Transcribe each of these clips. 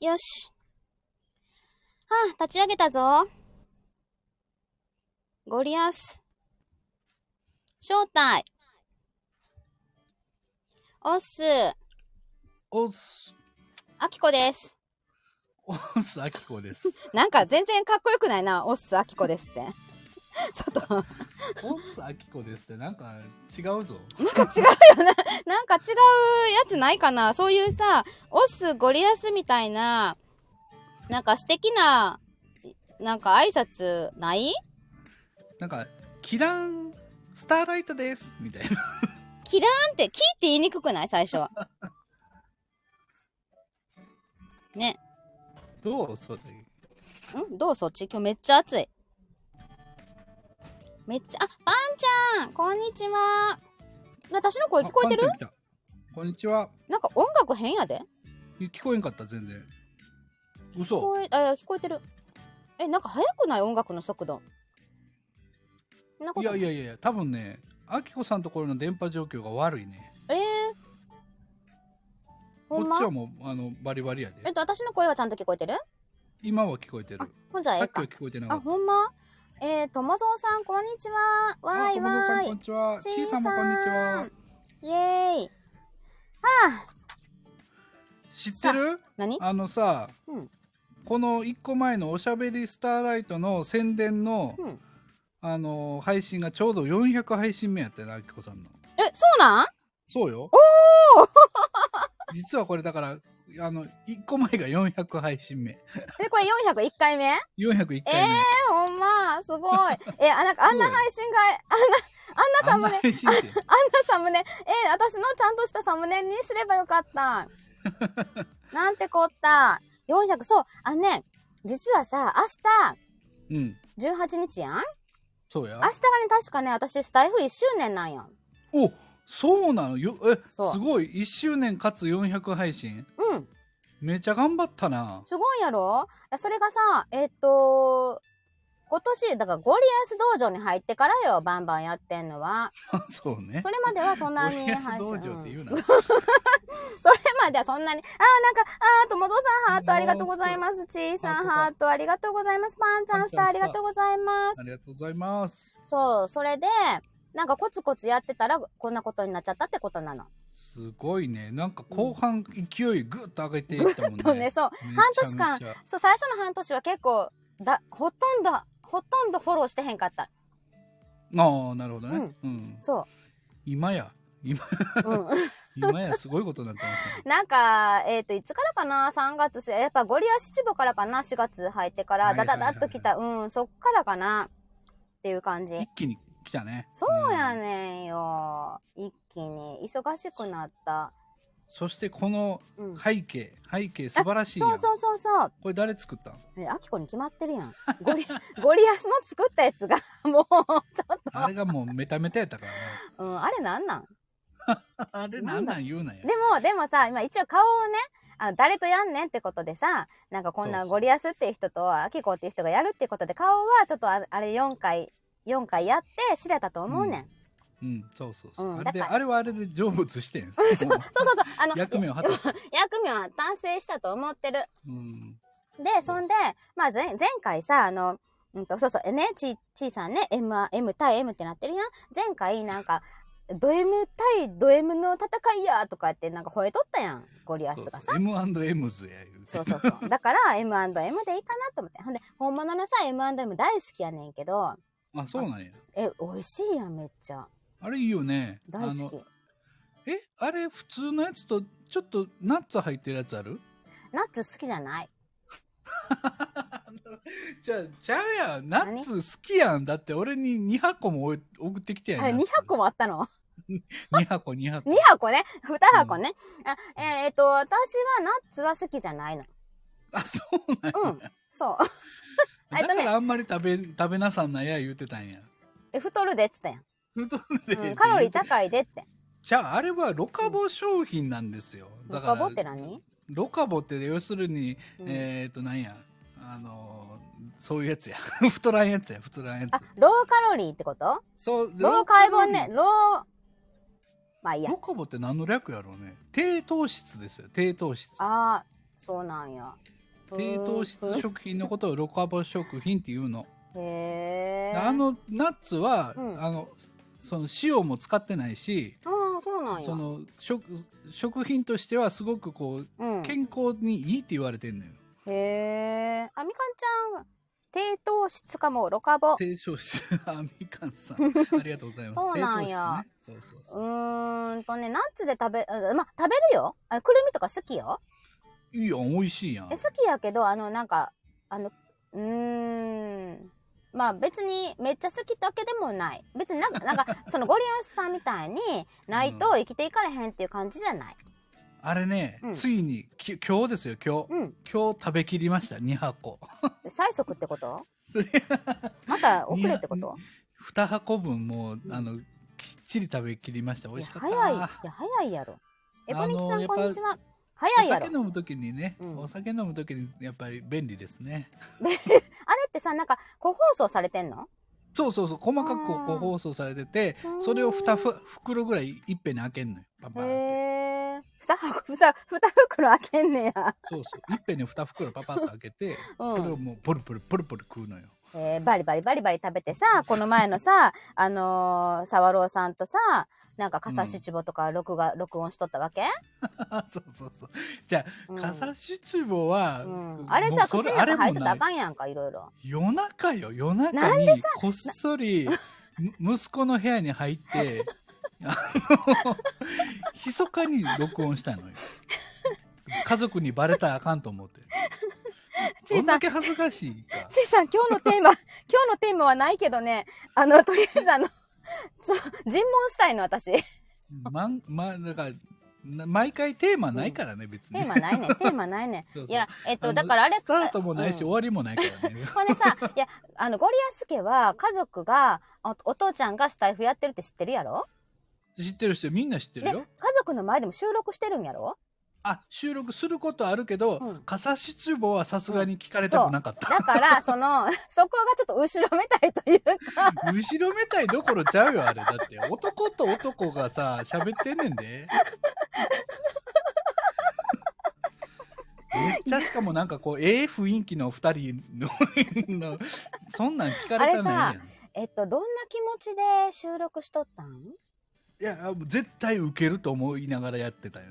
よし。はあ、立ち上げたぞ。ゴリアス。招待。オッス、おっす、アキコです。おっす、あきこです。なんか全然かっこよくないな、オッス、アキコですって。 ちょっと、なんかおっす、あきこですって、なんか違うぞ。違うよな。なんか違うやつないかな。そういうさ、オッス、ゴリアスみたいな、なんか素敵な、なんか挨拶ないなんか、キラン、スターライトですみたいな。キラーンって、キーって言いにくくない最 初は。ね。どうそうだよんどうそっち今日めっちゃ暑い。めっちゃ、あ、パンちゃんこんにちは。私の声聞こえてるあパンちゃん来たこんにちは。なんか音楽変やで。聞こえんかった、全然。聞嘘。こえ、あ、聞こえてる。え、なんか速くない音楽の速度。そんなこいとやないいやいやいや、多分ね、あきこさんところの電波状況が悪いね。えー。こほんっまちはもう、あの、バリバリやえでっ。と、私の声はちゃんと聞こえてる今は聞こえてるあ。、ほんじゃえさえっきはか。聞こえてなかあ、った。ほんまえー、ともぞうさん、こんにちは。わあ、ーい友蔵わさん、ーこいん。にちは。ちちいいささんんもこんにちは。イエーイ。ああ、知ってる何あのさ、うんこの1個前の「おしゃべりスターライト」の宣伝の、うんあのー配信がちょうど400配信目やったよなあきこさんのえ、そうなんそうよ 実はこれだからあの1個前が400配信目え、これ401回目え、 401回目、ほんま、すごい。 え、あ、なんかあんな配信が、あんな、あんなサムネ、あんな配信ってサムネ、え、私のちゃんとしたサムネにすればよか った。なんてこった。400、そう、あのね、実はさ、うん明日、18日やん明そうや日がね、確かね、私、スタイフ1周年なんやん。おそうなのよえすそうごい1周年かつ400配信うん。めちゃ頑張ったな すごいやろそれがさ、えっと、今年、だからゴリアス道場に入ってからよ、バンバンやってんのは。あそうねそれまではそんなにゴリアス配信道場ってうん言うな、それまではそんなに、あーなんか、あー、ともどさんハートありがとうございます。ちーさんハートありがとうございます。パンちゃんスターありがとうございます。ありがとうございますそう、それで、なんかコツコツやってたら、こんなことになっちゃったってことなの。すごいね。なんか後半勢いぐっと上げていったもんね。そうね、そう。め半ち年ゃめ間ちゃ。そう、最初の半年は結構、だ、ほとんど、ほとんどフォローしてへんかった。ああ、なるほどね。うん。そ今や、う。うん。今やすごいことになってまなんか、えっ、と、いつからかな ?3 月末、やっぱゴリア七部からかな ?4 月入ってかはら、いはダいはいダはいダっときた。うん、そっからかなっていう感じす ね。。一気に来たね。そうやんねんよ。一気に。忙しくなった。そしてこのうん。背景、背景素晴らしいやん。そうそうそうそう。これ誰作ったんえアキコに決まってるやん。ゴリ、ゴリアスの作ったやつが、もう、ちょっあれがもうメタメタやったか らね。と、うん、あれなんなんあれなんなん言うなやで。も、でもさ、今一応顔をね、あの誰とやんねんってことでさ、なんかこんそうなそうゴリアスっていう人と、アキコっていう人がやるってことで、顔はちょっとああれ4回、4回やって知れたと思うねん。うん、そうそうそう。うんあれで、だからあれはあれで成仏して ん。そうそうそうそう、あの、役目を果たす。 役目は達成したと思ってる。うん。で、そんで、まあ前、前回さ、あの、うんと、そうそう、えね、ち、ちいさんね、M は、M 対 M ってなってるやん。前回、なん か、ド M 対ド M の戦いやとかって、なんか吠えとったやん、ゴリアそうスそがさ。う M&M ズや言うてそうそう そう。だから、M&M でいいかなと思って。ほんで、本物のさ、M&M 大好きやねんけど、あ、そうなんや。え、美味しいやん、めっちゃ。あれいいよね。大あの好き。えあれ普通のやつとちょっとナッツ入ってるやつあるナッツ好きじゃないじゃあちゃうやんナッツ好きやんだって俺に2箱もおい送ってきてやんあれ、2 2箱もあったの2箱2箱2箱ね。2箱ね。あえーえっと、私はナッツは好きじゃないの。あそうなんや、うん。そう。えっとだねからあんまり食べ食べなさんなや言うてたんやえ太るでっつったやん。太る でう、って言うんてカロリー高いでって。じゃああれはロカボ商品なんですよだロからカボって何、ロカボって要するに、うんえっ、となんやあのーそういうやつや 太らんやつや太らんやつあ、ローカロリーってことそうロー解剖ね。ロー、まあいいやロ。カボって何の略やろうね低糖質ですよ低糖質ああ、そうなんや。低糖質食品のことをロカボ食品っていうの。へーあのナッツは、うんあのその塩も使ってないし、あーそうなんやその食食品としてはすごくこううん、へ健康にいいって言われてんのよ。えあみかんちゃん低糖質かもロカボ低糖質 あみかん さんありがとうございます。そうなんや低糖質ね。そうそううそう。ーんとねナッツで食べあまあ食べるよあくるみとか好きよいいやん美味しいやん。え好きやけどあのなんかあのうーんまあ別にめっちゃ好きってわけでもない別になんか なんかそのゴリアスさんみたいにないと生きていかれへんっていう感じじゃないあれね、うんついにき今日ですよ今日、うん今日食べきりました2箱。催促ってことまた遅れってこいやと2箱分もう、うんあのきっちり食べきりました美味しかったいや早いいや早いやろエボニキさあのんやっぱこんにちは早いやおろ酒飲む時にね、うんお酒飲む時にやっぱり便利ですねあれってさなんか個包装されてんのそうそうそう細かくあーこう包装されててうん それを2ふ袋ぐらいいっぺんに開けんのよパンパンってへえ2箱2袋開けんねや、そうそういっぺんに2袋パパッと開 けて、うん、それをもうポルポルポルポル食うのよ えーバリバリバリバリ食べてさ、この前のさ、 あのー、沢朗さんとさ、なんか、笠七坊とか録画、録音しとったわけ、そうそうそうじゃうあんかさしちぼは、うんもうあれさ、そ口の中入ってたらああれもなかんやんか、いろいろ。夜中よ夜中にこっそりむ息子の部屋に入って あの密かに録音したのよ家族にバレたらあかんと 思ってちどいんさだん、け恥ずかしいかちいさん、今日のテーマ、 今日のテーマはないけどね、あの、とりあえずあの、ちょ、尋問したいの、私。テまん、ま、だからな毎回テーマないからね、別にーマない ねん、テーマないねん。そうそういや、えっあのと、だからあれスタートもないうし、ん終わりもないからねこれさ、いや、あの、ゴリアス家は、家族がお、お父ちゃんがスタイフやってるって知ってるやろ知ってる人みんな知ってで、る家よ族の前でも収録してるんやろあ収録することあるけど、うんカサシチュボはさすがに聞かれたくなかった、だ から、その、そこがちょっと後ろめたいというか、後ろめたいどころちゃうよあれだって男と男がさ喋ってんねんでめっちゃしかもなんかこうええ雰囲気の二人ののそんなん聞かれたらないやんえっと、どんな気持ちで収録しとったんいや絶対ウケると思いながらやってたよ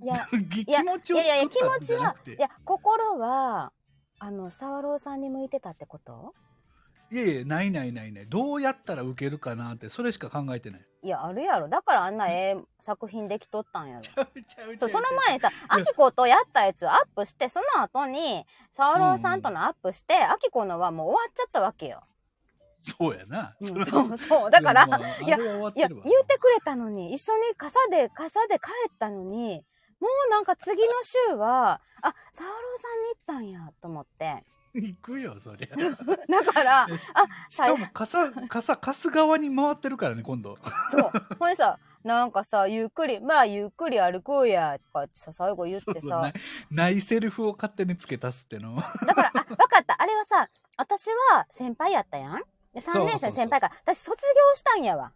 いや、 ぎいや気持ちいをやいやい作や、気った持んちじゃなはく、いてや、心は、あの、沢朗さんに向いてたってこといやいやないないないないどうやったらウケるかなってそれしか考えてないいや、あるやろ。だからあんなええ作品できとったんやろ。そう、その前にさ、やアキコとやったやつをアップして、その後に、沢朗さんとのアップして、アキコのはもう終わっちゃったわけよ。 そうやな、うんそらそうそう。だから、いやまああれは終わっいや、てる言わうてくれたのに、一緒に傘で、傘で帰ったのに、もうなんか次の週は、あ、サオロさんに行ったんや、と思って。 行くよそり ゃだから、よしあ、しかも傘傘貸す側に回ってるからね今度そう。 ほんでさ、なんかさ、ゆっくり、まあゆっくり歩こうや、とかってさ、最後言って なさい。ないセリフを勝手に付け足すって のだから、あ、わかった。あれはさ、私は先輩やったやん。で、3年生の先輩から、私卒業したんやわ。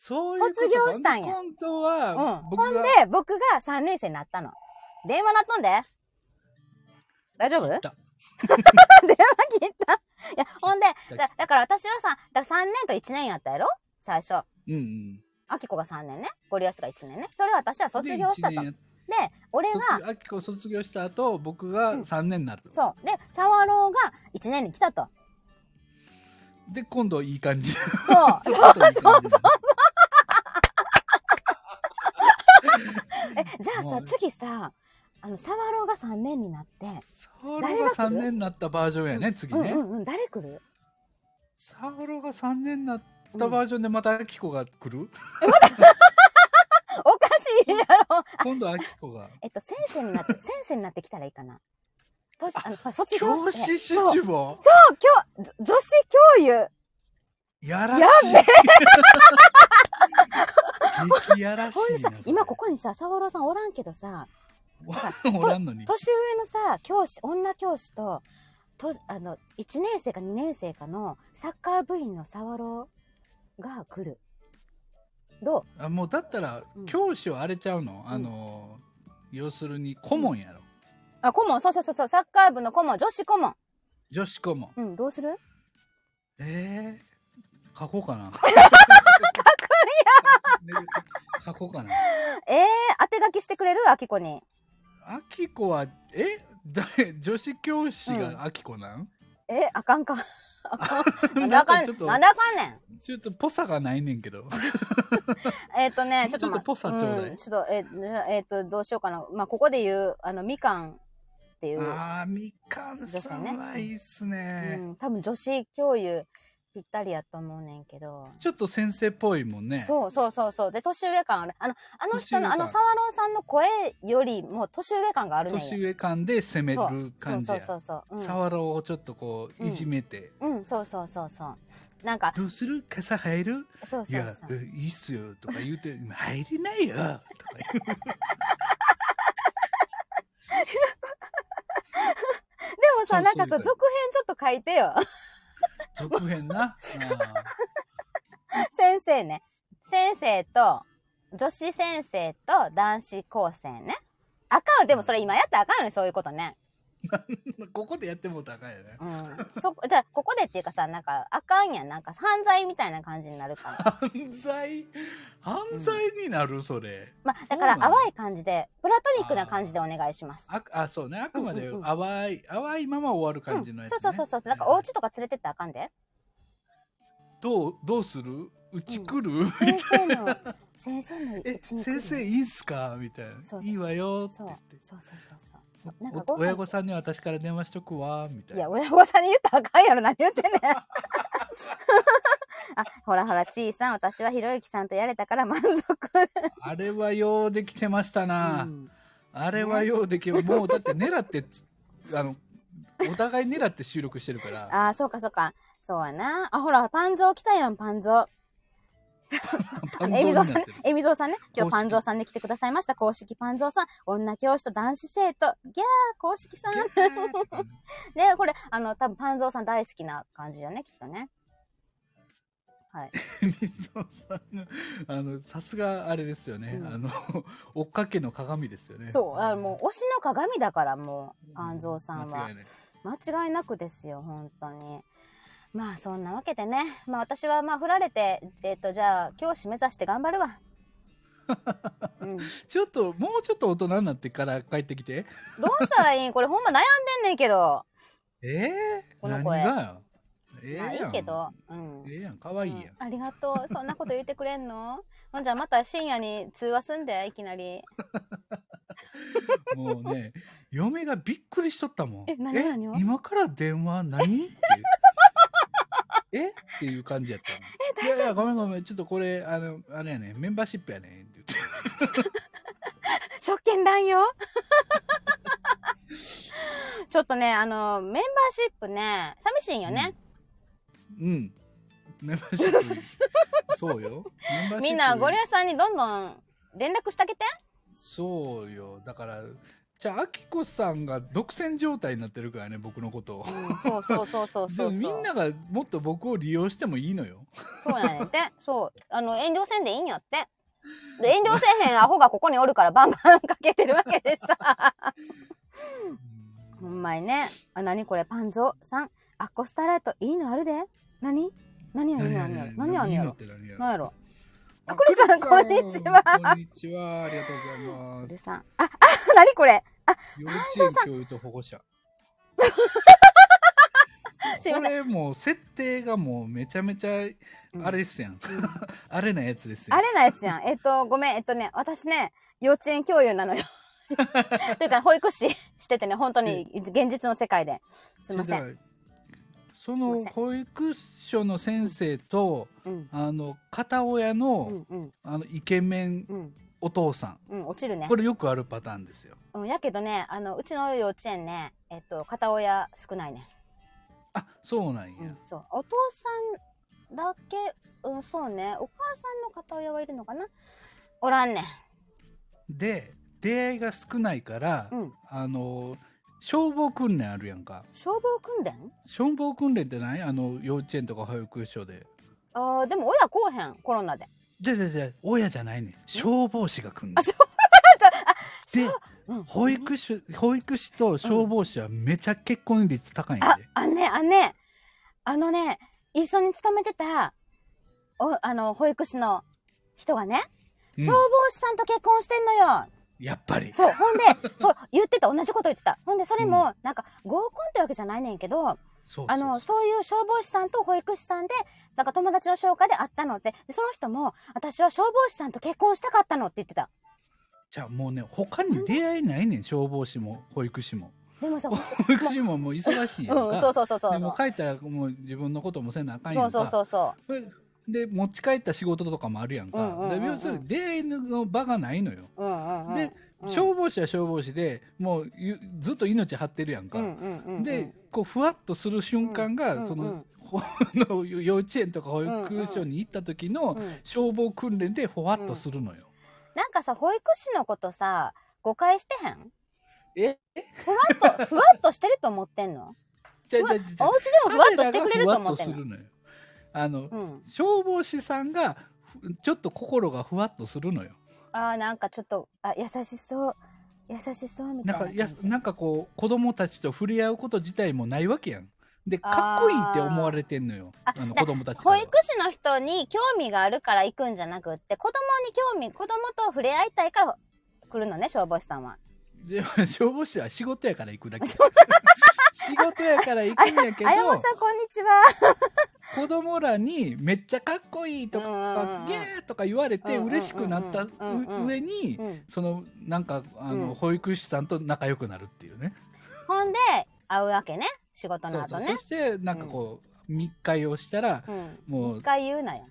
そういうことか卒業したんや本当うん。は僕ほんが、で、僕が3年生になったの。電話なっとんで。大丈夫た電話切った。いや、ほんで、だだから私はさ、だ3年と1年やったやろ最初。うんうんあきこが3年ね。ゴリアスが1年ね。それを私は卒業したでと。一で年、俺やが、卒あきこ卒業した後僕が三年になると、そう。で、沢朗が1年に来たと。で今度いい感じ そうそう。そうそうそうえ、じゃあもさう、次さ、あの、沢朗が3年になって、サオロが 三年になったバージョンやね次うんね、うんうん、誰来るサオロが三年になったバージョンでまたあきこが来る、おかしいやろ。今度あきこがえっと、先生になって、 先生になってきたらいいかな。教師あの、ほら卒業教して。師シそう、チそうュボ今日、女子教諭。やらしい。激やらしほんでいなさ。、今ここにさ、沢朗さんおらんけどさ、こ。 おらんのに。年上のさ、教師、女教師と、と、あの、1年生か2年生かのサッカー部員の沢朗が来る。どあもうだったらうん、教師はあれちゃうの、んあの、要するに顧問やろ。うあ、顧問、そうそうそうそう、サッカー部の顧問、女子顧問。女子顧問。うん、どうするえー、書こう かな。書くや 書こうかな。ええー、当て書きしてくれるあきこに。あきこは、え誰女子教師があきこなん、え、あかんか。 あかん。なんだあ なんかかちょっん、となんだあかんねん。ちょっとぽさがないねんけど。えっ、とね、ちょっと、もうちょっとポサちょうだいんちょっと、えっ、えっと、どうしようかな。まあ、ここで言う、あの、みかんっていう、ああ、みかんさんはいいっすね。うん、多分女子教諭ぴったりやと思うねんけど。ちょっと先生っぽいもんね。そうそうそうそう。で、年上感ある。あの、あの人の、年上あ感の、沢朗さんの声よりも、年上感があるねんよ。年上感で攻める感じそうや。そうそうそう。うん触ろうをちょっとこういじめて、うん、そうそうそうそう。なんか、どうする傘入るそういそうやそう。えいいっすよとか言うて今入れないよとか言うでもさ、そうなんかさ、そ続う編ちょっと書いてよ。 続編な先生ね。先生と、女子先生と男子高生ね。あかんでもそれ今やったらあかんよね、そういうことね。うん ここでやっても高いよね うん。そ、じゃあ、ここでっていうかさ、なんか、あかんやん。なんか、犯罪みたいな感じになるから。 犯罪犯罪になるそれ、まあ、だからそうなの淡い感じで、プラトニックな感じでお願いします。ああそうねあくまでうんうんうん淡い淡いまま終わるう感ん、じのやつ、そねうそうそうそう。なんか、お家とか連れてったらあかんで。どうどうするうち来る、先生の、先生の えうちに来る先生いいっすかみたいなそうそういいわよってそう言ってそうそうそうそう。そなんかおご飯親御さんには私から電話しとくわみたいいなや、親御さんに言ったらあかんやろ、何言ってんねん。あ、ほらほら、ちいさん、私はひろゆきさんとやれたから満足。あれはようできてましたな、うんあれはようできるもうだって狙ってつあのお互い狙って収録してるからああ、そうかそうか。そうやな。あ、ほら、パンゾー来たやん、パンゾー。あの、えみぞうさんね、 えみぞうさんね、今日公式パンゾーさんで来てくださいました。公式パンゾーさん、女教師と男子生徒、ギャー、公式さん。 ね、これ、あの、多分パンゾーさん大好きな感じよね、きっとね。はい。えみぞうさんのあのさすがあれですよね、うんあの追っかけの鏡ですよねそう、あのもう、推しの鏡だから、もう、パンゾーうさんは間違い。ない間違いなくですよ本当にまあそんなわけでねまあ私はまあ振られてえっとじゃあ教師目指して頑張る わうん、どちょっともうちょっと大人になってから帰ってきてうしたらいいんこれほんま悩んでんねんけどええこの何声がよええまあいやいんけどうんええやん可愛いやん、うんありがとうそんなこと言ってくれんの ほんじゃまた深夜に通話すんでいきなりもうね、嫁がびっくりしとったもん。え何何を今から電話何っていう。えっていう感じやったの。いやいや、ごめんごめん。ちょっとこれ、あの、あれやね、メンバーシップやねんって言って。職権乱用 ちょっとねあのメンバーシップね寂しいんよね、うん。メンバーシップ。そうよ。メンバーシップみんなゴリラさんにどんどん連絡してあげてそうよ。だから、じゃあ、あきこさんが独占状態になってるからね、僕のことを。うんそうそうそうそうそうそう。でもみんながもっと僕を利用してもいいのよ。そうなんやって。そう。あの、遠慮せんでいいんやって。で遠慮せえへんアホがここにおるからバンバンかけてるわけで さ。ほんまにね。あ、なにこれ、パンゾーさん。アコスタライトいいのあるで。なに何やろ何やろ何やろ何やいいのっろて何やろ何やろあクリさんこんにちはこんにちは。ありがとうございまおじす。さん。あ、あ、なにこれ幼稚園教諭と保護者。すいまこせん。れもう設定がもうめちゃめちゃあれっすやん。 あれなやつですよ。あれなやつやん。えっと、ごめん。えっとね、私ね、幼稚園教諭なのよ。というか、保育士しててね、本当に現実の世界で。すいません。ん。すそいのません保育所の先生と、うん。あの片親うのんうんあのイケメンうん。お父さん。うん、落ちるねこ。れよくあるパターンですよ。うん、やけどね、あの、うちの幼稚園ね、えっと、片親少ないね。あ、そうなんうやん。、そう。お父さんだけ、うん、そうね。お母さんの片親はいるのかなおらんねん。で、出会いが少ないから、うんあの消防訓練あるやんか。消防訓練消防訓練ってないあの幼稚園とか保育所で。ああ、でも親こうへん、コロナで。じゃあじゃあじゃあ親じゃないねん消防士が訓練あそでうん保育士、保育士と消防士はめちゃ結婚率高いんで。あ、あね、あね、あのね、一緒に勤めてた、お、あの、保育士の人がね、うん消防士さんと結婚してんのよ。やっぱり。そう、ほん で、そう、言ってた、同じこと言ってた。ほんで、それも、なんか、合コンってわけじゃないねんけど、そうそうあの、そういう消防士さんと保育士さんで、なんか友達の紹介で会ったのって、でその人も、私は消防士さんと結婚したかったのって言ってた。じゃあもうね、他に出会いないねん、消防士も保育士も。でもさ、保もし育士ももう忙しいやんか。うん、そうそうそうそう。でも帰ったらもう自分のこともせなあかんやそんうか。そうそうそそれで持ち帰った仕事とかもあるやんか。うんうんうんうんだからそれ出会いの場がないのよ。う。うんうんうん。で、うん消防士は消防士でもうゆずっと命張ってるやんか。うんうんうんうん、でこうふわっとする瞬間が、うんそうんうのんほの幼稚園とか保育所に行った時のうん消防訓練でほわっとするのよ。なんかさ、保育士のことさ、誤解してへ んえふわっと、ふわっとしてると思ってんのじゃふあわじゃあじゃおあ家でもふわっとしてくれると思ってん彼らがふわっとすのるのよ。あの、うん。消防士さんがふちょっと心がふわっとするのよ。あーなんかちょっと、あ、優しそう。優しそうみたないんなか感じ。やなんかこう子供たちと触れ合うこと自体もないわけやん。でかっこいいって思われてんのよ。ああのだ子供たちから保は育士の人に興味があるから行くんじゃなくって、子供に興味、子供と触れ合いたいから来るのね、消防士さんは。で 消防士は仕事やから行くだけ。仕 事やから行くんやけあやまさどん、こんにちは。子供らにめっちゃかっこいいとうんうんかう、んイエーとか言われてうんうんうん嬉しくなったううんうん上に、うんそのなんかあの、うん保育士さんと仲良くなるっていうね。ほんで、会うわけね、仕事そのうそ後うねそ。してなんかこう、密会をしたら、うん。もう一回言うな よ。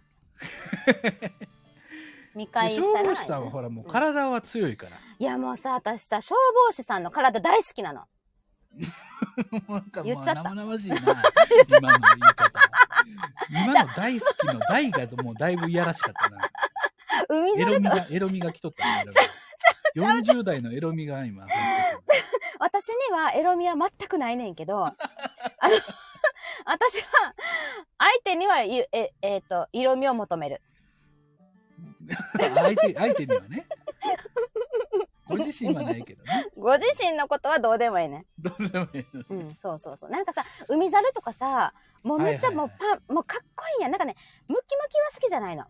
見で返したら消防士さんはほらもう体は強いから。 いやもうさ、私さ、消防士さんの体大好きなの。なんかも う言っちゃった生々しいな。今の言い方。今の大好きの大がもうだいぶいやらしかったな。海猿エロとみが、エロみが来とったな。 エロみが40代のエロみが今。私にはエロみは全くないねんけ ど、あの私は、相手には、いえ、えっ、と、色味を求める。相手、相手には ね。ご自身はないけどね。ご自身のことはどうでもいいね。どうでもいいの。うん、そうそうそう。なんかさ、海猿とかさ、もうめっちゃはいもはいはういパン、もうかっこいいやん。なんかね、ムキムキは好きじゃないの。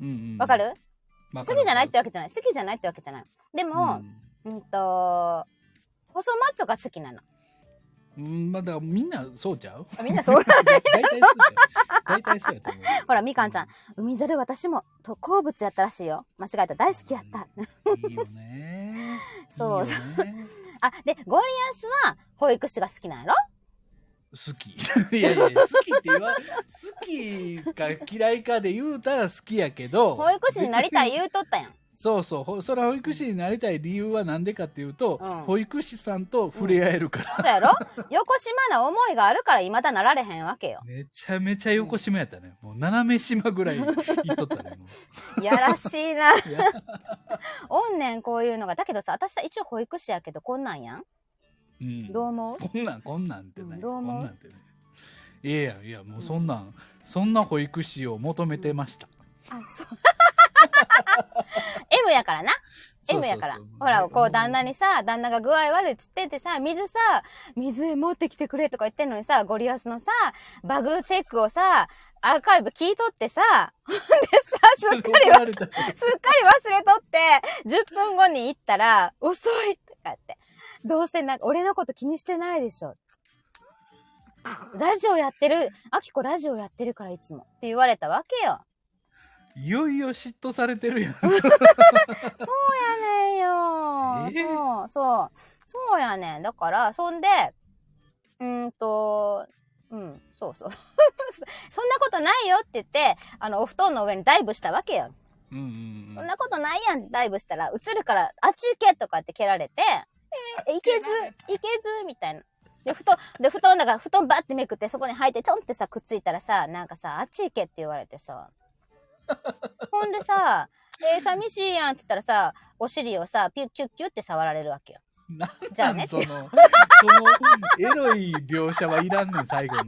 うんうんわかる、わか好るきじゃないってわけじゃない。好きじゃないってわけじゃない。でも、うん、と、細マッチョが好きなの。うん、うんまあだからみんなそうち ゃうみんなそう大体そうちゃう。大体そうやと思う。 ほら、みかんちゃん。、海猿私も、と好物やったらしいよ。間違えた。大好きやった。いいよね。 そういいよねあ、で、ゴリアスは保育士が好きなんやろ好き。い やいや、好きって言わ、好きか嫌いかで言うたら好きやけど。保育士になりたい別に。言うとったやん。そうそう、ほそれは保育士になりたい理由は何でかっていうと、うん保育士さんと触れ合えるから。そうや ろ横島な思いがあるから未だなられへんわけよ。めちゃめちゃ横島やったね。もう斜め島ぐらい行っとったね。もいやらしいな。う いや おんねん、こういうのが。だけどさ、私さ、一応保育士やけど、こんなんやん。うんどう思うこんなん、こんなんってね。うんどうこん思うなんってね。いやいやいや、もうそんなん、そんな保育士を求めてました。あ、そう。M やからな。M やからそうそうそう。ほら、こもう旦那に さ、旦那が具合悪いっつっててさ、水さ、水持ってきてくれとか言ってんのにさ、ゴリアスのさ、バグチェックをさ、アーカイブ聞いとってさ、 ほんでさ、すっ かりわ、れた。すっかり忘れとって、10分後に行ったら、遅いとかって。どうせなんか、俺のこと気にしてないでしょ。ラジオやってる、アキコラジオやってるからいつも。って言われたわけよ。いよいよ嫉妬されてるやん。そうやねんえよ。そう、そう。そうやねん。だから、そんで、うーんと、うん、そう そう。そんなことないよって言って、あの、お布団の上にダイブしたわけよ。うんうんうそんん。なことないやん、ダイブしたら、映るから、あっち行けとかって蹴られて、えー、行けず、行けず、みたいな。で、布団、で、布団だから、布団バッてめくって、そこに入って、ちょんってさ、くっついたらさ、なんかさ、あっち行けって言われて さ。ほんでさ、えー、寂しいやんって言ったらさ、お尻をさ、ピュッキュッキュッって触られるわけよ。なんじゃなあんねそ の、その、エロい描写はいらんねん、最後の。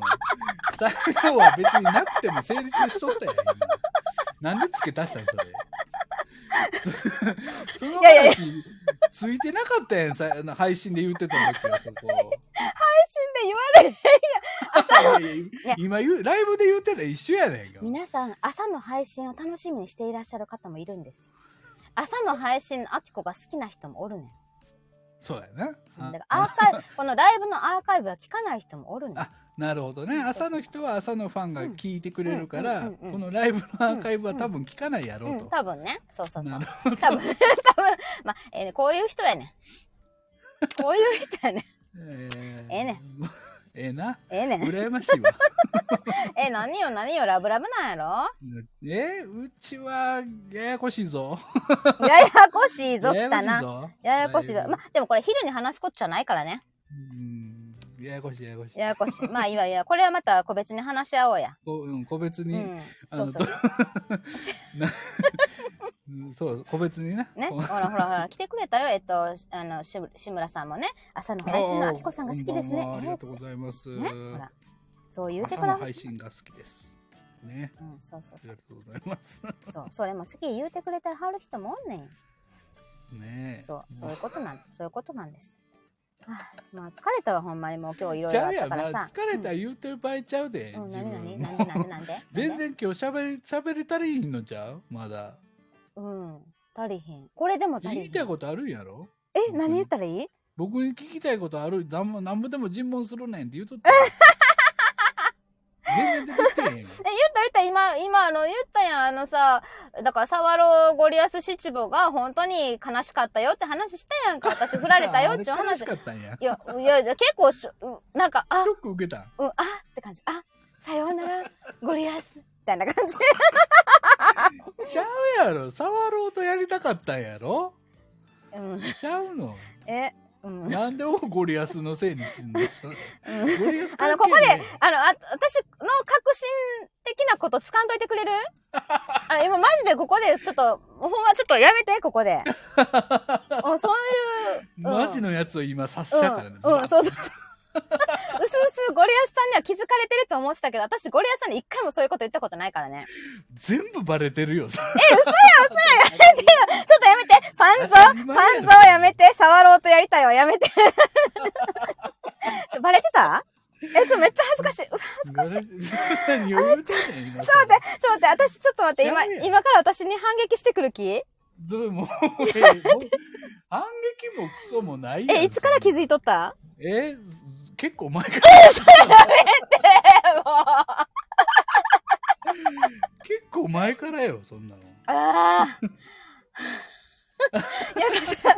最後は別になくても成立しとったやん。 今なんで付け足したんそれ。そのいやいやいや話、ついてなかったやんさあの配信で言ってたんですよそこで言われるいや今言うライブで言うてたら一緒やねんか皆さん朝の配信を楽しみにしていらっしゃる方もいるんですよ朝の配信のあきこが好きな人もおるねんそうやなだからあアーカイブこのライブのアーカイブは聞かない人もおるねんあなるほどね朝の人は朝のファンが聞いてくれるから、うんうんうんうんこのライブのアーカイブは多分聞かないやろうと、うん、多分ねそうそうそうな多分る多分まあ、えーこういう人やねんこういう人や ねんえーええね ええなええねん羨ましいわ え何よ何よラブラブなんやろえうちはややこしいぞややこしいぞ来たなややこしいぞややこしいぞだいぶまあでもこれ昼に話すことじゃないからねうんややこしいややこしいややこ しいまあいいわいいわこれはまた個別に話し合おうやこうん、個別うに、んあそのうそううんそう個別になね、ほこうらほらほら、来てくれたよ。えっと、あの、しむ志村さんもね、朝の配信のあきこさんが好きですね こんばん。はありえがーとうございます。ね、ほら、そう言うて朝かのら、配信が好きです。ね、うん、そうそうあそりうが、とうございます。 そう、それも好き言うてくれたら、はる人もおんねん。ねえ。そう、そういもうことなん、そういうことなんです。あ、まあ、疲れたわ、ほんまに、もう今日いろいちろゃあっうやたん、からまさあ、。疲れた言うてる場合ちゃうで、うん、うん、自なになに、分なもになになんで。なんで 全。然今日喋り喋れたりいんのちゃうまだうん、足りひん。これでも足言りいひたいん。ことあるんやろえ、何言ったらいい。僕に聞きたいことあるなんもなんぼでも尋問するねんって言うとった全然出てきてへんやえ、ん言った言った、今、今、あの、言ったやん、あのさ、だから、サワロゴリアス七五が本当に悲しかったよって話したやんか、私振られたよっちゅうあれ悲話。しいかったんやや、いや、結構しょ、うんなんか、あシ、ョック受けたんうん、あって感じ。あ、さようなら、ゴリアス、みたいな感じ。ちゃうやろ触ろうとやりたかったんやろうん、ち ゃうのえ、うん。なんでもゴリアスのせいにすんのそゴリアスあの、ここで、あの、あ、私の確信的なこと掴んどいてく れるあの、今マジでここで、ちょっと、ほんまちょっとやめて、ここ で。うんそういう。うんマジのやつを今察したからね、うん、うん、ズそうそう。バッう すうすゴリアスさんには気づかれてると思ってたけど、私ゴリアスさんに一回もそういうこと言ったことないからね。全部バレてるよそれちょっとやめてファンゾー当フたァり前やろンゾーやめて触ろうとやりたいわ、やめ てバレてたえ、ちょ、めっちゃ恥ずかしい。うわバレてる何を言うてんねんち今ょっと待って、ちょっと待って、私、ちょっと待って、今知らんや、ん今から私に反撃してくる気それもうえもう反撃もクソもないやんえ、いつから気づいとったえ結構前から え、もう。 あ結構前からよそんなのあー。いや、さ、あ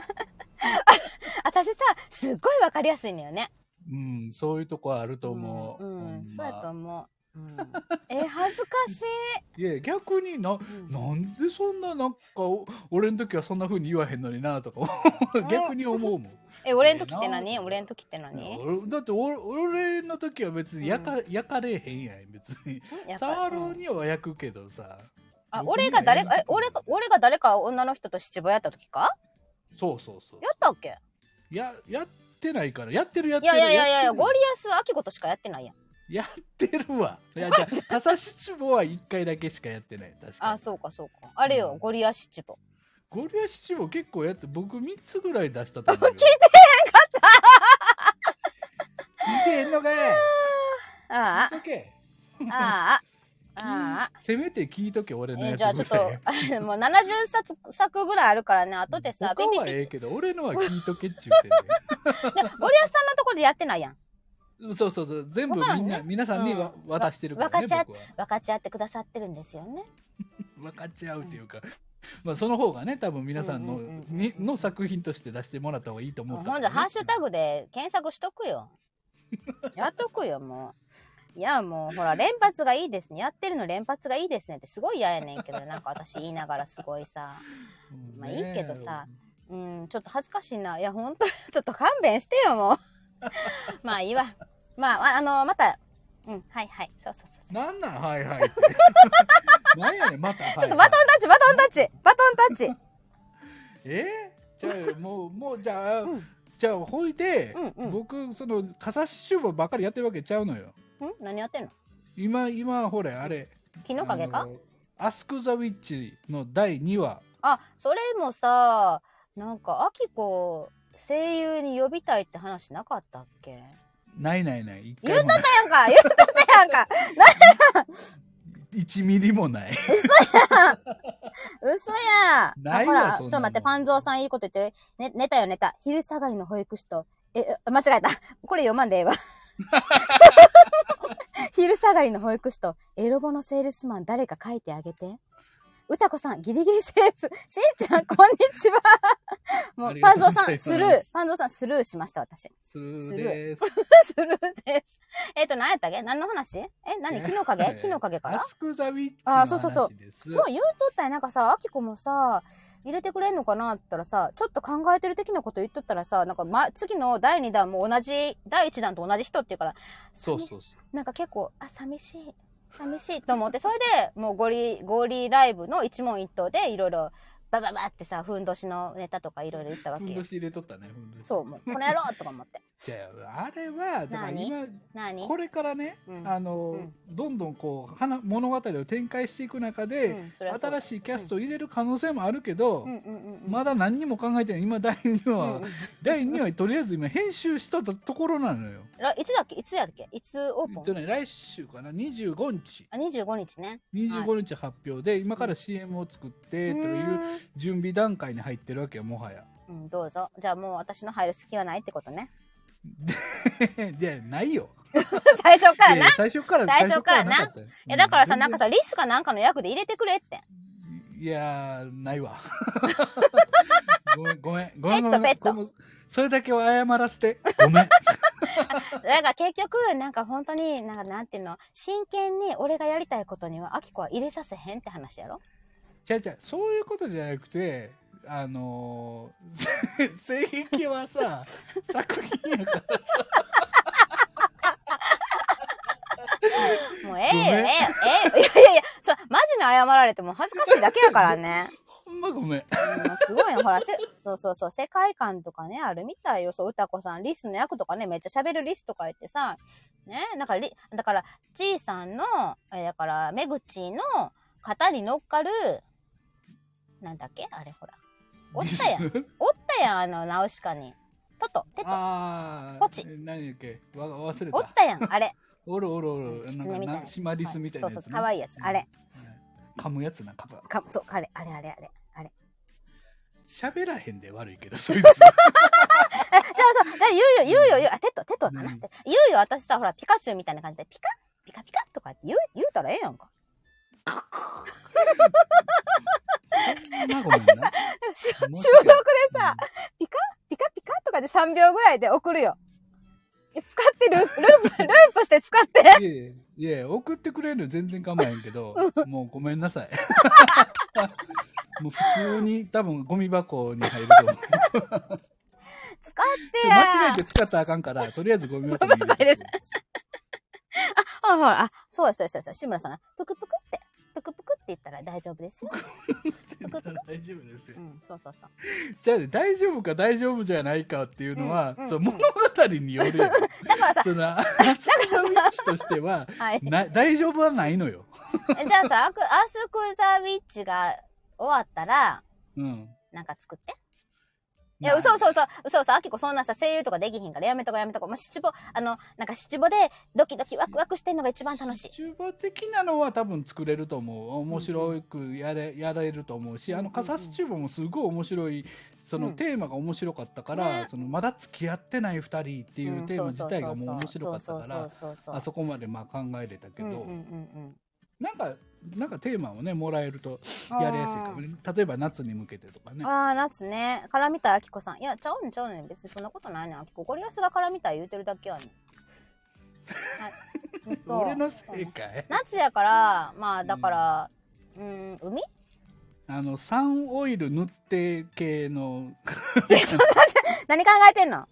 私さ、すっごいわかりやすいんだよね。うんそういうとこあると思う、うんほうんん、そまうやと思う、う ん、え恥ずかし、いや逆にないうん なんでそんななんかお俺の時はそんな風に言わへんのにな とか逆に思うもんえ俺ん時ってええ何な俺ん時って何俺だって俺俺の時は別に焼か,、焼かれへんやん別にやっぱサワうロんには焼くけどさあ俺が誰かえ俺が俺が誰か女の人と七五やった時かそうそうそうやったっけややってないからやってるやっいてやるいやいやいやいってやるゴリアスアキコとしかやってないやんやってる わいやじゃあ朝七五は一回だけしかやってない確かあにそうかそうかあれよ、うんゴリアス七五ゴリア七五結構やって僕三つぐらい出したと 思うよ聞いてへんかった聞いてへんのかいあ聞いとけあああ ああせめて聞いとけ俺のえやつじゃあちょっとぐらい もう70冊作ぐらいあるからね後でさ他はピええけど俺のは聞いとけっちゅうてんねピピでゴリアスさんのところでやってないやんそうそうそう全部他みのんねな、皆さんにわ、うん渡してるからね分かっちゃ僕は分かち合ってくださってるんですよね分かっちゃうっていうか、まあその方がね多分皆さんの、うんうんうんうんにの作品として出してもらった方がいいと思もううほんから、じゃハッシュタググで検索しとくよ。 やっとくよ、もう。いや、もう、ほら、連発がいいですね。やってるの連発がいいですねってすごい嫌やねんけど、なんか私言いながらすごいさ。まあいいけどさうん、ちょっと恥ずかしいな。いや、ほんと、ちょっと勘弁してよ、もう。 まあいいわ。まあ、ああの、また、うん、はいはい。そうそうそう。なんなんはいはいっ て。なんやねんまた、はいはいちょっとバトンタッチ、バトンタッチ、バトンタッチ。えーじゃあもうもうじゃあ、うんじゃあほいで、うんうん僕その傘シューばっかりやってるわけちゃうのよ。ん何やってんの今今ほれあれ。木の陰かあのアスク・ザ・ウィッチの第2話あそれもさ、なんか、アキコ、声優に呼びたいって話なかったっけないないない。一言回もなないんか、言うとったやんか。 1ミリもな い。嘘やないほわら、ちそょっんなもんと待って、パンゾーさんいいこと言ってる。ね、寝たよ、寝た。昼下がりの保育士と、え、え間違えた。これ読まんでえ えわ。昼下がりの保育士と、エロボのセールスマン誰か書いてあげて。歌子さん、ギリギリセーフ。しんちゃん、こんにちは。もあう、りパがンとゾうごーさん、ざいますスルー。パンゾーさん、スルーしました、私。するです。スルーです。 えっ、と、何やったっけ何の話え、何昨日影えー昨日影からアスクザウィッチのあそうそうそう話です。そう言うとったんやなんかさ、あきこもさ、入れてくれんのかなって言ったらさ、ちょっと考えてる的なこと言っとったらさ、なんか、ま、次の第2弾も同じ、第1弾と同じ人っていうから、そうそうそう。なんか結構、あ、寂しい、寂しいと思って、それでもうゴリ、ゴリライブの一問一答でいろいろ、バババってさ、ふんどしのネタとかいろいろ言ったわふんけどよ。し入れとったね、ふんどし。そう、もう、この野郎とか思って。じゃあ、あれは、だから今、なにこれからね、うんあの、うんどんどんこう、花物語を展開していく中で、新しいキャストを入れる可能性もあるけど、うんうんうんうん。まだ何にも考えてない。今、第2う話、んうん第2話、とりあえず今、編集したところなのよ。らいつだっけいつやっけいつオえーっプとンね、来週かな、25日。あ、25日ね。 25日発表で、今から CM を作ってとういうーん準備段階に入ってるわけよもはや。 うん、どうぞ。じゃあもう私の入る隙はないってことね。 でないよ。最初からいな。やい最初から最初からな最初ったよや、だからうさ、なんかさ、リスかなんかの役で入れてくれって。いやーな いわ。ごめんごめんごペットめんごめんペットごめんそれだけは謝らせてごめん。 だから結局、なんか本当に、なんかなんていうの、真剣に俺がやりたいことには、アキコは入れさせへんって話やろじゃじゃそういうことじゃなくてあのー、 性癖 はさ作品やからもうええよ、えごめんえよ、ええよ。いやいやいや、そう、マジに謝られても恥ずかしいだけやからね。ほんまごめん。うんすごいよ、ほら、せ そうそうそう、世界観とかね、あるみたいよ。そう、歌子さん、リスの役とかね、めっちゃ喋るリスとか言ってさ、ね、なんかリ、だから、ちーさんの、え、だから、めぐちの型に乗っかる、なんだっけあれ、ほら。おったやん。おったやん、あの、ナウシカに。トト、テト。ああポチ何やっけわ忘れおったたやん、あれ。おるおるおるキツなネんみたいなかなシマリスみたいなはいそやうつそう、かわいいやつ。あれ。うん噛むやつなカバかそう、あれ、あれ、あれ、あれ。あれ。喋らへんで悪いけ どそいつえ、じゃあさ、じゃあ言うよ、言うよ、言うよ。あ、テト、テトだな。うん言うよ、私さ、ほら、ピカチュウみたいな感じで、ピカピカピカとかって言う、言うたらええやんか。ほんまごめんな収もう録で一回さ、ピカピカとかで3秒ぐらいで送るよ。使って る、ループ、ループして使って。うんいやいやいや送ってくれるの全然構わへんけどもうごめんなさい もう普通に多分ゴミ箱に入ると思う使ってや間違えて使ったらあかんからとりあえずゴミ箱に入れてあ、ほら、あ、そうです、そうですそうです、志村さんが、ぷくぷくって、ぷくぷくって言ったら大丈夫ですよ。大丈夫ですようん、そうそうそう。じゃあね大丈夫か大丈夫じゃないかっていうのは、うんうんその物語によるやだんからさ、そのアスクザウィッチとしてははい。じな大丈夫はないのよ。ゃあさ、アクアスクザウィッチが終わったら、うん。なんか作って。いや、嘘嘘嘘、嘘嘘、あきこそんなさ、声優とかできひんからやめとこやめとこ。もう七五、あの、なんか七五でドキドキワクワクしてんのが一番楽しい。中盤的なのは多分作れると思う面白くやれ,、やれると思うしあうんうんうのんカサスチューブもすごい面白いそのうんテーマが面白かったから、ねそのまだ付き合ってない2人っていんうテーマ自体がもう面白かったかそうらそうそうそうそうそうあそこまでまあ考えれたけど、うんうんうんなんかなんかテーマをねもらえるとうんやりやすいかもね例えば夏に向けてとかねあーあー夏ね絡みたいあきこさんいやちゃうねんちゃうねん別にそんなことないねんあきこゴリアスが絡みたい言うてるだけやねんはいほんと 俺のそうせいねかい夏やからまあだからうんん海 あのサンオイル塗って系の何考えてんの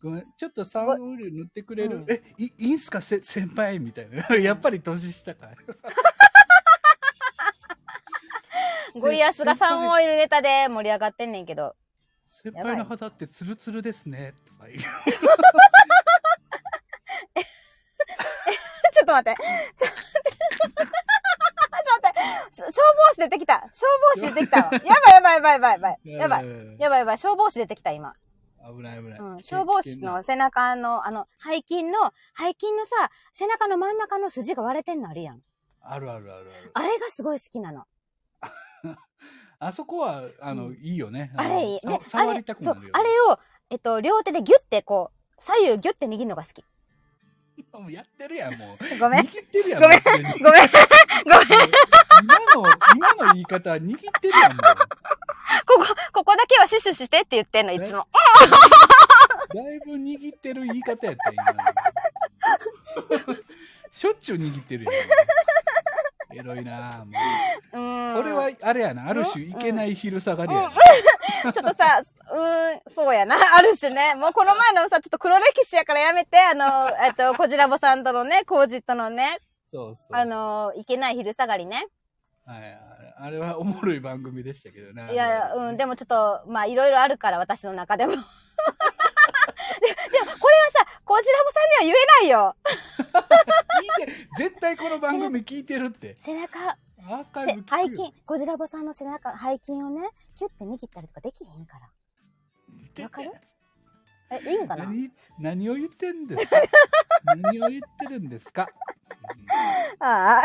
ごめんちょっとサンオイル塗ってくれる、うんえいいいんすかせ先輩みたいなやっぱり年 下かゴリアスがサンイルオイルネタで盛り上がってんねんけど先輩の肌ってツルツルですねとか言う ちょっと待ってちょっと待ってちょっと待って消防士出てきた消防士出てきたわやばいやばいやばいやばいやばい。やばい。やばいやばい。消防士出てきた、今。危ない危ない。うん、消防士の背中の、あの、背筋の、背筋のさ、背中の真ん中の筋が割れてんのあるやん。あるあるあるああれがすごい好きなの。る。あそこは、あの、うんいいよね。あれいい。のでさ、あ触りれた、くそうなるよ、ね。、あれを、えっと、両手でギュッてこう、左右ギュッて握るのが好き。もうやってるやん、もう。ご めん。握ってるやん。ごめんもうすでにごめん。ごめん。今の、今の言い方は握ってるやん、もう。ここ、ここだけはシュッシュッシュしてって言ってんの、いつも。だいぶ握ってる言い方やった今しょっちゅう握ってるやんエロいなあもううーん。これはあれやなある種いけない昼下がりやな、ちょっとさ、うーん、そうやな。ある種ね。もうこの前のさ、ちょっと黒歴史やからやめて、あの、えっと、こじらぼさんとのね、コージットのね、そうそうあの、いけない昼下がりね。はい、あれはおもろい番組でしたけどねいや、うん、でももちょっと、まあ、いろいろあるから、私の中でも。ででも、これはさ、こじらぼさんには言えないよ。聞いて絶対この番組聞いてるって背中、アーカせイブ聞背くよ筋、こじらぼさんの背中、背筋をね、キュッて握ったりとかできへんから。わかるえ、いいん かな何何を言ってんですか何を言ってるんで すかあ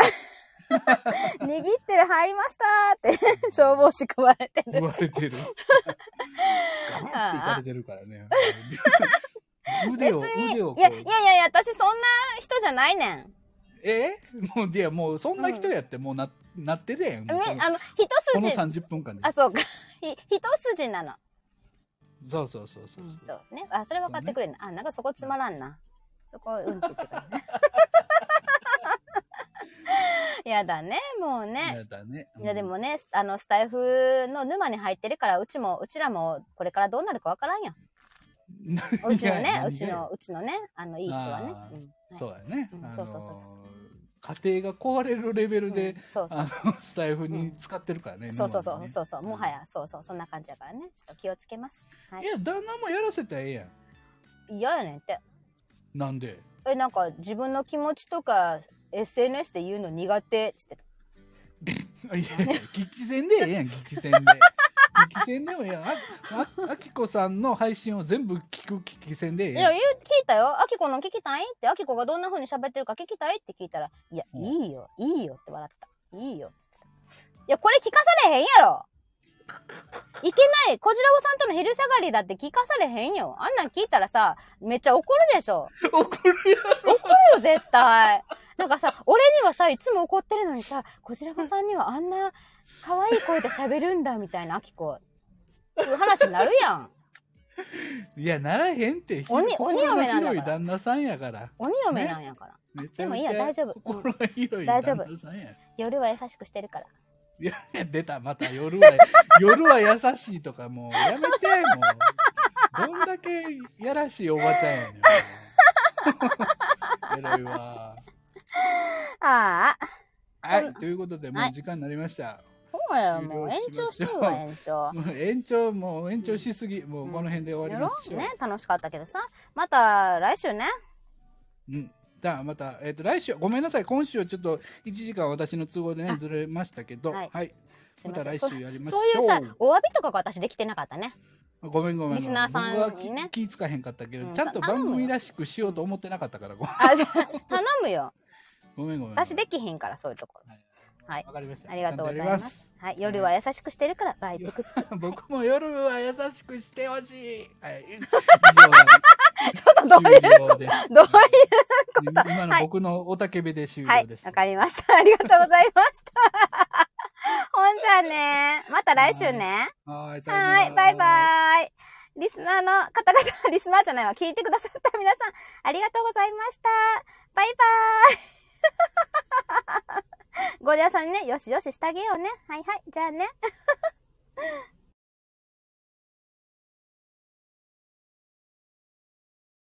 あ。握ってる入りましたーって、消防士食われて言る。わ れてる。ガバっていかれてるからね。 腕を、腕をこ。いや、いうやいやいや、私そんな人じゃないねん。え もう、いや、もう、そんな人やって、もうな、なってるやん。めもうこのあの、一この筋、 30分間であ、。そうか。 ひ一筋なの。そうそうそうそうう。ん、そうね。あ、それ分かってくれんな。あ、なんかそこつまらんな。そこ、うんって言ってくれね。 やだね、もうね。やだね。いやでもね、あの、スタイフの沼に入ってるから、うちも、うちらも、これからどうなるかわからんやん。うん、なうちの いやね、うち。何のが、うちのね、あの、いい人はね。あーうんはい そうやねうん。あのーそうそうそうそ家庭が壊れるレベルでうん、そうそうあの、スタイフに使ってるからね。そうそうそ今うねそうそうもは。やそうそうそんな感じやからねちょっと気をつけますはいいや、旦那もやらせたらええや嫌やねんってん。なんでえなんか自分の気持ちとか SNS で言うの苦手っつってた いやいや、激戦でええやん、激戦で。激戦でもええやん。あ、あ、あきこさんの配信を全部聞く激戦でええいややん。言う聞いたよ「あきこの聞きたい?」ってあきこがどんな風に喋ってるか聞きたいって聞いたら「いやうんいいよいいよ」って笑ってた「いいよ」っつってた「いやこれ聞かされへんやろ!」いけない小次郎さんとの昼下がりだって聞かされへんよあんなん聞いたらさめっちゃ怒るでしょ怒る怒るよ、絶対。なんかさ、俺にはさ、いつも怒ってるのにさ、こちらこさんにはあんな可愛い声で喋るんだ、みたいな、あきこ。っていう話になるやん。やん。いや、ならへんって。鬼鬼嫁なんだから心が広い旦那さんやから。鬼嫁なんやから。めちでゃもめいいちや、ゃ大丈夫。うん心が広い大旦丈夫那さんや。 夜は優しくしてるから。いや、出た。また夜は、夜は優しいとかもうやめて、もう。どんだけやらしいおばちゃんやねんも う。エロいわ。ああ、はい、ということで、もう時間になりました。そうや、もう延長してるわ、延長。もう延長もう延長しすぎ、もうこの辺で終わやりまろしょう。ね、楽しかったけどさ。また来週ね。うん。じゃあまた、えっ、と、来週、ごめんなさい、今週はちょっと1時間私の都合でね、ずれましたけど、ははいい。すいまませたん来週やりましそょ。うういうさ、お詫びとかが私できてなかったね。ごめんごめんごめん。リスナーさんにね僕は気気ぃつかへんかったけど、うんちゃんと頼むよ番組らしくしようと思ってなかったから、ご あ、じゃあ頼むよ。ごめんごめん。私できへんから、そういうところ。はいわかりました。ありがとうございます。はい、夜は優しくしてるから、バイク。ちゃんとやります。 僕も夜は優しくしてほしい。はい。以 ちょっとど上ういう、終了です。 どういう今の僕のおたけべで終はい了で、す。わかりました。ありがとうございました。 ほんじゃあね、また来週ね。はい、さようならはい、バイバイ。リスナーの方々、リスナーじゃないわ、聞いてくださった皆さん、ありがとうございました。バイ バーイ。ゴリラさんにね、よしよししてあげようね。はいはい、じゃあね。